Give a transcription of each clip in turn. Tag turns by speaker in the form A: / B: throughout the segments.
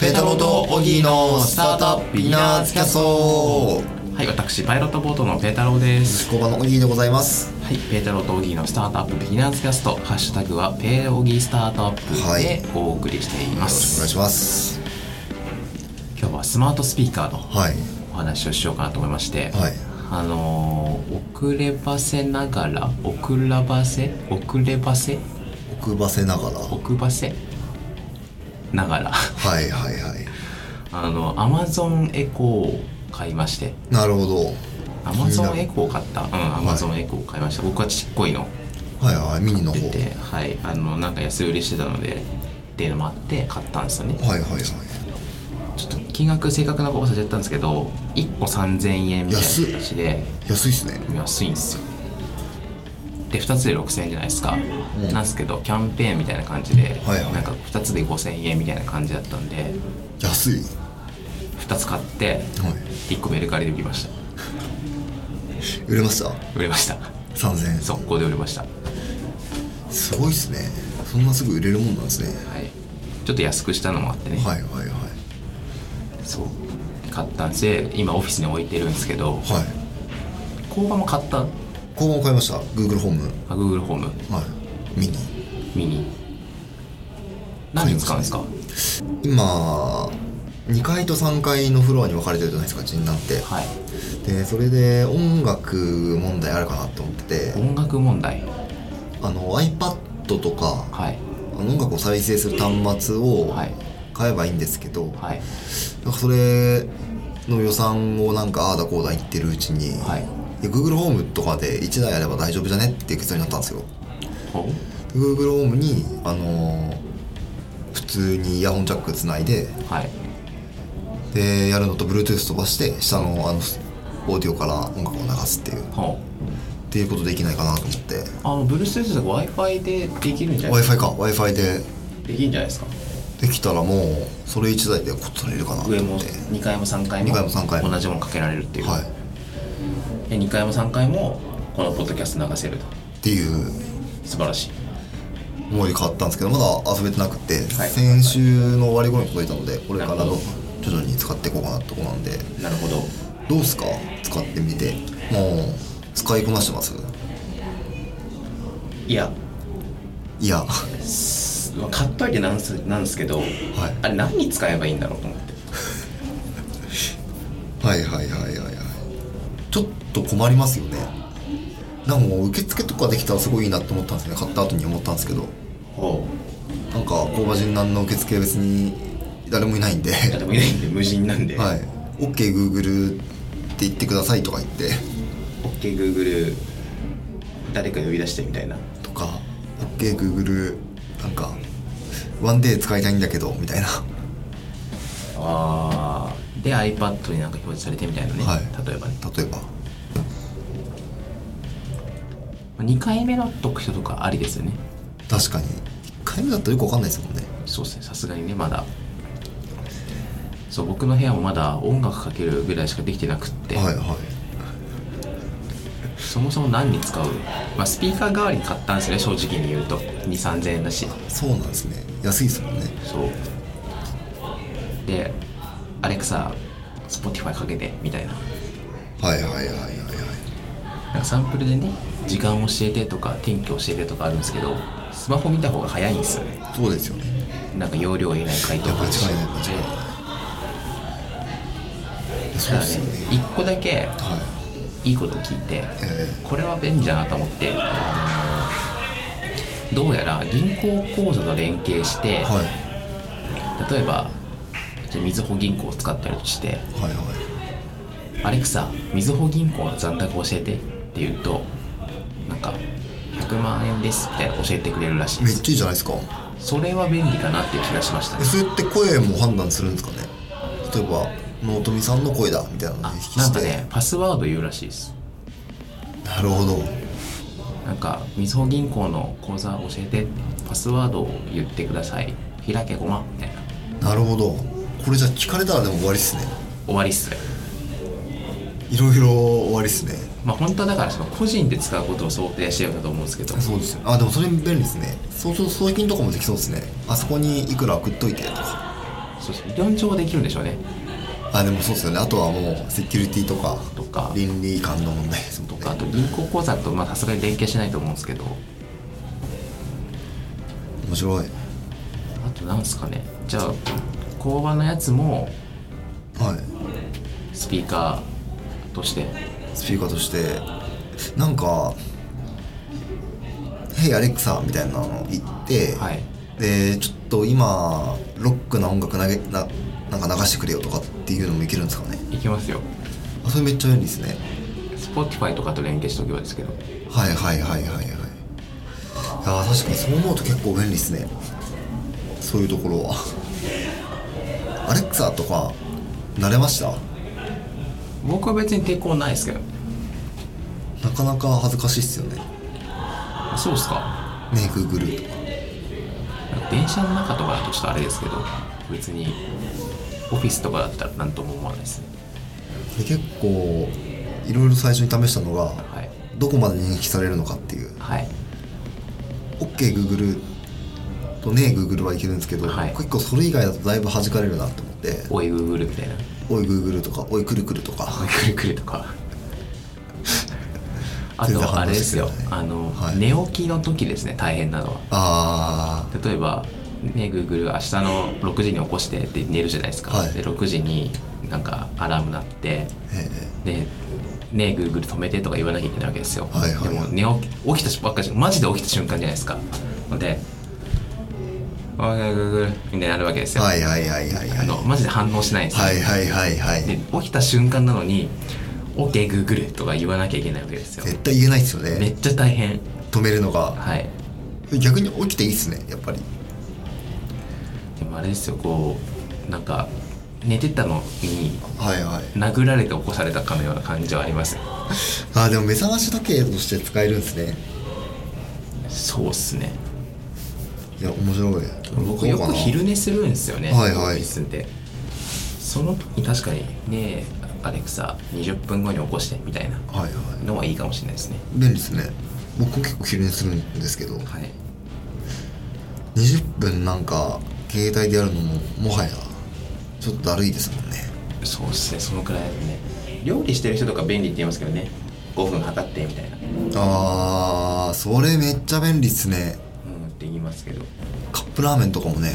A: ペトロとオギーのスタートアップビギナーズキャスト
B: はい、私、パイロットボートのペータローです。
A: 工場のオギーでございます
B: はい、ペータローとオギーのスタートアップビギナーズキャスト、ハッシュタグはペーオギースタートアッ
A: は
B: プ
A: い
B: でお送りしていま
A: よろしくお
B: す。
A: 願いします
B: 今日はスマートスピーカーの
A: はい
B: お話をしようかなと思いまして、
A: はい
B: あのー、遅ればせながら、遅らばせ、遅ればせ、
A: 奥ばせながらは
B: 遅ばせながら、
A: いはいはい
B: あの、アマゾンエコーを買いまして、
A: なるほど
B: アマゾ
A: 気
B: ン
A: に
B: エコーを買った。うん、アマゾンエコーを買いました。僕はちっこいの。
A: なるはいはいミニの方は
B: 出
A: い
B: て、はい、あのなんか安売りしてたのでっていうのもあって買ったんですよね
A: はいはい
B: ちょっと金額正確なこと忘れちゃったんですけど1個3000円みたいな
A: 安っ
B: 形で
A: 安いっすね
B: 安いんですよで2つで6000円じゃないですか、なんですけどキャンペーンみたいな感じで、
A: はいはい
B: なんか2つで5000円みたいな感じだったんで
A: 安い
B: 2つ買って
A: はい
B: 1個メルカリで売りました
A: 売れました
B: 売れました
A: 3000円
B: 速攻で売れましたは
A: すごいっすねそんなすぐ売れるもんなんですね
B: いちょっと安くしたのもあってね、
A: はいはいはい
B: そう買ったんですで今オフィスに置いてるんですけど、
A: はい
B: 工場も買った
A: 工場も買いました Google ホーム
B: Google ホーム
A: はいミニ
B: ミニ何に使うんですか
A: 今2階と3階のフロアに分かれてるじゃないですかちになって
B: はい
A: でそれで音楽問題あるかなと思ってて
B: 音楽問題
A: あの iPad とか
B: はい
A: あの音楽を再生する端末を
B: はい
A: 買えばいいんですけど、
B: はい
A: なんかそれの予算をなんかああだこうだ言ってるうちに、
B: はい
A: いや Google ホームとかで1台あれば大丈夫じゃねっていう結論になったんですよ
B: お
A: Google ホームにあのー普通にイヤホンジャックつないで
B: はい
A: でやるのと Bluetooth 飛ばして下のあのオーディオから音楽を流すっていうっ
B: ほ
A: ていうことできないかなと思って
B: うあのブルース t o o とか w i f i でできるんじ
A: w
B: ゃな
A: i
B: い
A: f i か w i f i で
B: できるんじゃないですか
A: できたらもうそれ1台でこっ取れるかなと
B: 上
A: 思
B: も
A: って
B: 2階も3階も
A: 二階も三階も
B: 同じものかけられるっていう、
A: はい
B: で2階も3階もこのポッドキャスト流せると
A: っていう
B: 素晴らしい
A: 思いで買ったんですけどまだ遊べてなくて、
B: はい
A: 先週の終わり頃に届いたのでこれから
B: なる
A: の
B: ほ
A: 徐々に使っていこうかなってとこなんで
B: なるほど
A: どうっすか使ってみてもう使いこなしてます
B: いや
A: いや
B: す買っといてなんすなんですけど、あれ何に使えばいいんだろうと思って
A: はいはいはいはいはいちょっと困りますよねなんかもう受付とかできたらすごいいいなと思ったんですね買った後に思ったんですけど
B: ほう
A: なんか工場人何の受付別に誰もいないんで
B: 誰もいないんで無人なんで、
A: はい、OKGoogle って言ってくださいとか言って
B: OKGoogle 誰か呼び出してみたいな
A: とか OKGoogle なんかワンデー使いたいんだけどみたいな
B: あーで iPad になんか表示されてみたいなね、
A: はい
B: 例えばね
A: 例えば
B: 2回目の読書とかありですよね
A: 確かに1回目だったらよくわかんないですもんね
B: そうですねさすがにねまだそう僕の部屋もまだ音楽かけるぐらいしかできてなくって、
A: はいはい
B: そもそも何に使う、まあ、スピーカー代わりに買ったんですね正直に言うと2 3 0円だし
A: そうなんですね安いですもんね
B: そうで「アレクサ Spotify かけて」みたいな
A: はいはいはいはいはい
B: なんかサンプルでね時間教えてとか天気教えてとかあるんですけどスマホ見た方が早いんですよね
A: そうですよね
B: なんか容量以内回答
A: やっぱり近いね
B: で
A: 近いね
B: た
A: そう
B: だ
A: で
B: ね
A: すよね
B: 1個だけ
A: はい
B: いいことを聞いて
A: え
B: これは便利だなと思ってあのどうやら銀行口座と連携して
A: えはい
B: 例えばじゃあみずほ銀行を使ったりとして
A: はいは
B: アレクサ、みずほ銀行の残高教えてって言うと、なんか、100万円ですって教えてくれるらしい
A: い
B: で
A: めっ
B: す。
A: ちゃいいじゃないですか
B: それは便利かなっていう気がしました
A: え
B: ね。
A: それって声も判断するんですかね例えば納富さんの声だみたいなのを
B: あ
A: 認識
B: な
A: し
B: ん
A: て
B: かね、パスワード言うらしいです。
A: なるほど
B: なんか、みずほ銀行の口座教えてって、パスワードを言ってください。開けごま、みたいな。
A: なるほどこれじゃあ聞かれたらでも終わりっすね
B: 終わりっすね。
A: いろいろ終わりっすね
B: まあ、本当はだから、その個人で使うことを想定してるかと思うんですけど、
A: そうですねあでもそれ便利ですねそうそう送金とかもできそうですねあそこにいくら送っといてとか
B: そうです理論上はできるんでしょうね
A: あでもそうですよねあとはもうセキュリティとか
B: とか
A: 倫理観の問題ですもんね
B: とかあと銀行口座とまあさすがに連携しないと思うんですけど
A: 面白い
B: あとなんですかねじゃあ工場のやつも
A: はい
B: スピーカーとして
A: スピーカーとしてなんか「ヘイアレクサ」みたいなの言って、
B: はい
A: でちょっと今ロックな音楽投げななんか流してくれよとかっていうのもいけるんですかね
B: いきますよ
A: あそれめっちゃ便利ですね
B: Spotify とかと連携しとけばですけど
A: はいはいはいはいはいいやー確かにそう思うと結構便利ですねそういうところは アレクサとか慣れました
B: 僕は別に抵抗ないですけど
A: なかなか恥ずかしいっすよね
B: そうっすか
A: メイクグルーとか
B: なんか電車の中とかだとちょっとあれですけど別にオフィスとかだったら何とも思わないですね
A: で結構いろいろ最初に試したのが、
B: はい
A: どこまで認識されるのかっていう
B: はい
A: OKGoogle とね Google はいけるんですけど、
B: はい
A: 結構それ以外だとだいぶ弾かれるなと思って
B: 「おいグーグル」みたいな
A: 「おい Google」とか「おいくるくる」とか
B: 「おいくるくる」とか あ
A: 全然
B: とあ
A: 反応してくれない
B: れですよあの、
A: はい
B: 寝起きの時ですね大変なのは
A: あ
B: 例えばね Google 明日の6時に起こしてって寝るじゃないですか、
A: はい
B: で6時になんかアラーム鳴っ
A: ー
B: て
A: ええ
B: でね Google 止めてとか言わなきゃいけないわけですよ、
A: はいはいはい
B: でも寝起き起きたしばっかりマジで起きた瞬間じゃないですかので「おい Google」みたいになるわけですよ、
A: はいはいはいはいは
B: あ
A: い
B: のマジで反応しないんですよ、
A: はいはいはいはい
B: で起きた瞬間なのに「OK Google」とか言わなきゃいけないわけですよ
A: 絶対言えないですよ
B: め
A: ね
B: っちゃ大変
A: 止めるのが
B: はい
A: 逆に起きていいっすねやっぱり
B: でもあれですよこうなんか寝てたのに
A: はいはい
B: 殴られて起こされたかのような感じはあります
A: あーでも目覚まし時計として使えるんですね
B: そうっすね
A: いや面白い
B: 僕よ
A: そう
B: く
A: かな
B: 昼寝するんですよね
A: はいはい
B: オフィスでその時確かにねえアレクサ20分後に起こしてみたいな
A: はいはい
B: のはいいかもしれないですね
A: 便利ですね僕結構昼寝するんですけど
B: はい
A: 20分なんか携帯でやるのももはやちょっとだるいですもんね
B: そうっすねそのくらいですね料理してる人とか便利って言いますけどね5分測ってみたいなうん
A: あーそれめっちゃ便利っすね
B: って言いますけど
A: カップラーメンとかもね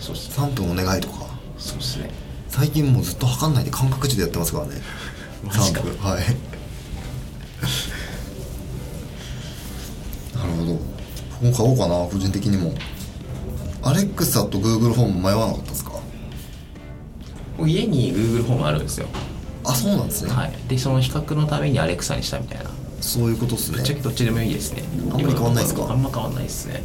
B: そうっす
A: 3分お願いとか
B: そうっすね
A: 最近もうずっと測んないで感覚値でやってますからね
B: マジか
A: 3分はい なるほど僕も買おうかな個人的にもアレクサと Google ホーム迷わなかったですか
B: 僕家に Google ホームあるんですよ
A: あそうなんですね、
B: はいでその比較のためにアレクサにしたみたいな
A: そういうことっすね
B: ぶっちゃけどっちでもいいですね
A: あんまり変わんないっすか
B: あんま変わんないですね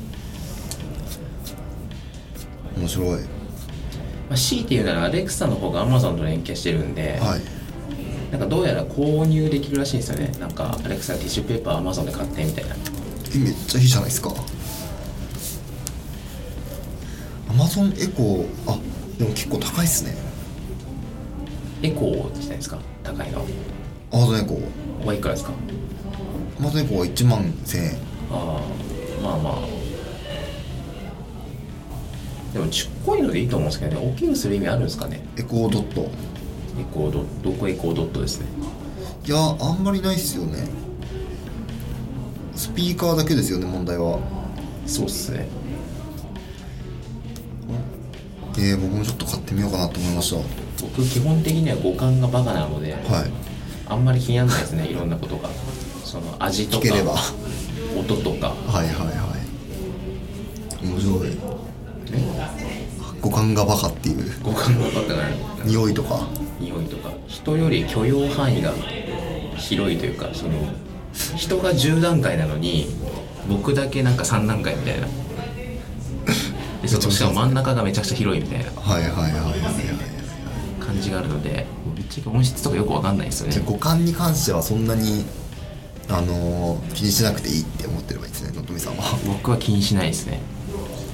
A: 面白い
B: まあ、強いて言うならアレクサの方が Amazon と連携してるんで、
A: はい
B: なんかどうやら購入できるらしいんですよねなんかアレクサティッシュペーパー Amazon で買ってみたいな
A: えめっちゃいいじゃないですかアマゾンエコーあでも結構高いっすね
B: エコーじゃないですか高いの
A: アマゾンエコー
B: はいくらですか
A: アマゾンエコーは1万1000円
B: ああまあまあでもちっこいのでいいと思うんですけどね大きくする意味あるんですかね
A: エコードット
B: エコードどこエコードットですね
A: いやあんまりないっすよねスピーカーだけですよね問題は
B: そうっすね
A: えー、僕もちょっと買ってみようかなと思いました
B: 僕基本的には五感がバカなので、
A: はい
B: あんまり気にならないですねいろんなことがその味と
A: 聞
B: か
A: ければは
B: 音とか
A: いはいはい面白い五感がバカっていう
B: 五感がバカな
A: 匂いとか
B: 匂いとか人より許容範囲が広いというかその人が10段階なのに僕だけなんか3段階みたいなでそのしかも真ん中がめちゃくちゃ広いみたいな
A: はいはいはいはいはい
B: 感じがあるのでぶっちゃけ音質とかよくわかんないですよ
A: じゃあ
B: ね
A: 五感に関してはそんなに、あのー気にしなくていいって思ってればいいですねのとみさんは
B: 僕は気にしないですね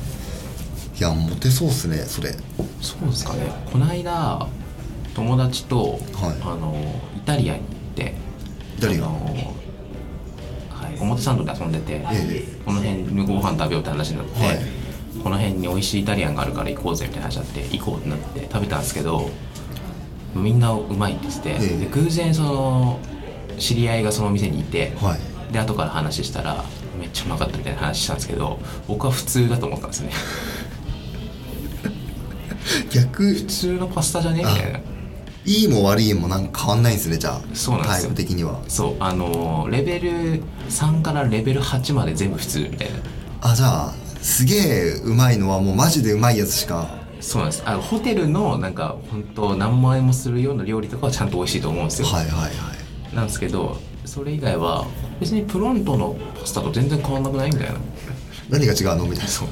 A: いやモテそうっすねそれ
B: そうですかねこの間友達と、
A: はい
B: あのイタリアに行って
A: イタリア
B: あのはい、表参道で遊んでて、
A: ええ
B: この辺でご飯食べようって話になって、
A: はい
B: この辺に美味しいイタリアンがあるから行こうぜみたいな話になって行こうってなって食べたんですけどみんなうまいって言ってて、
A: ええ
B: で偶然その知り合いがその店にいて、
A: はい
B: で後から話したらめっちゃうまかったみたいな話したんですけど僕は普通だと思ったんですね
A: 逆
B: 普通のパスタじゃねみたいない
A: いも悪いもなんか変わんないんですねじゃあ
B: そうなんです
A: タ
B: よ
A: イプ的には
B: そうあのレベル3からレベル8まで全部普通みたいな
A: あじゃあすげえうまいのはもうマジでうまいやつしか
B: そうなんですあのホテルのなんか本当何万円もするような料理とかはちゃんと美味しいと思うんですよ、
A: はいはいはい
B: なんですけどそれ以外は別にプロントのパスタと全然変わんなくないみたいな
A: 何が違うの みたいな
B: そう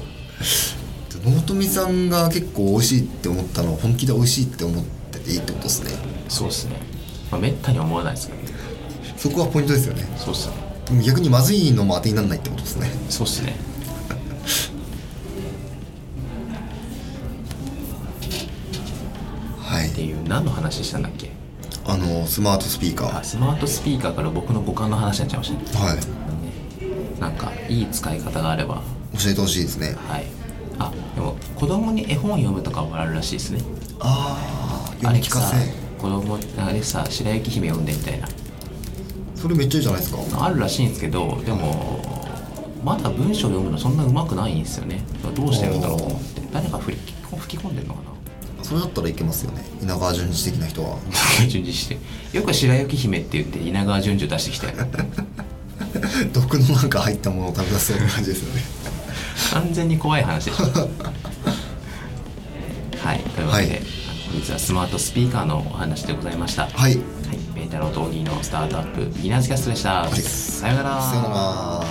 A: 納富さんが結構美味しいって思ったの本気で美味しいって思ってていいってことですね
B: そうですねまあめったに思わないですけどね
A: そこはポイントですよね
B: そうっすね
A: でも逆にまずいのも当てにならないってことですね
B: そうっすね
A: はい
B: っていう何の話したんだっけ
A: あのスマートスピーカー
B: あスマートスピーカーから僕の五感の話になっちゃいましたね
A: はい
B: なんかいい使い方があれば
A: 教えてほしいですね
B: はいあでも子供に絵本読むとかもあるらしいですね
A: ああ
B: あ
A: 読
B: れ
A: み聞かせ
B: 子供あれさ白雪姫読んでみたいな
A: それめっちゃいいじゃないですか
B: あるらしいんですけどでもまだ文章読むのそんなうまくないんですよねどうしてるんだろうと思って誰か吹き吹き込んでるのかな
A: それだったらいけますよね稲川淳二的な人は
B: 順次してよく白雪姫って言って稲川淳二を出してきた よね
A: 毒のなんか入ったものを食べさせる感じですよね
B: 完全に怖い話でした はいというわけで、
A: はい
B: 本日はスマートスピーカーのお話でございました
A: はい
B: はい、ペータローとオギーのスタートアップ、ギナーズキャストでした。
A: い
B: さようなら。
A: さようなら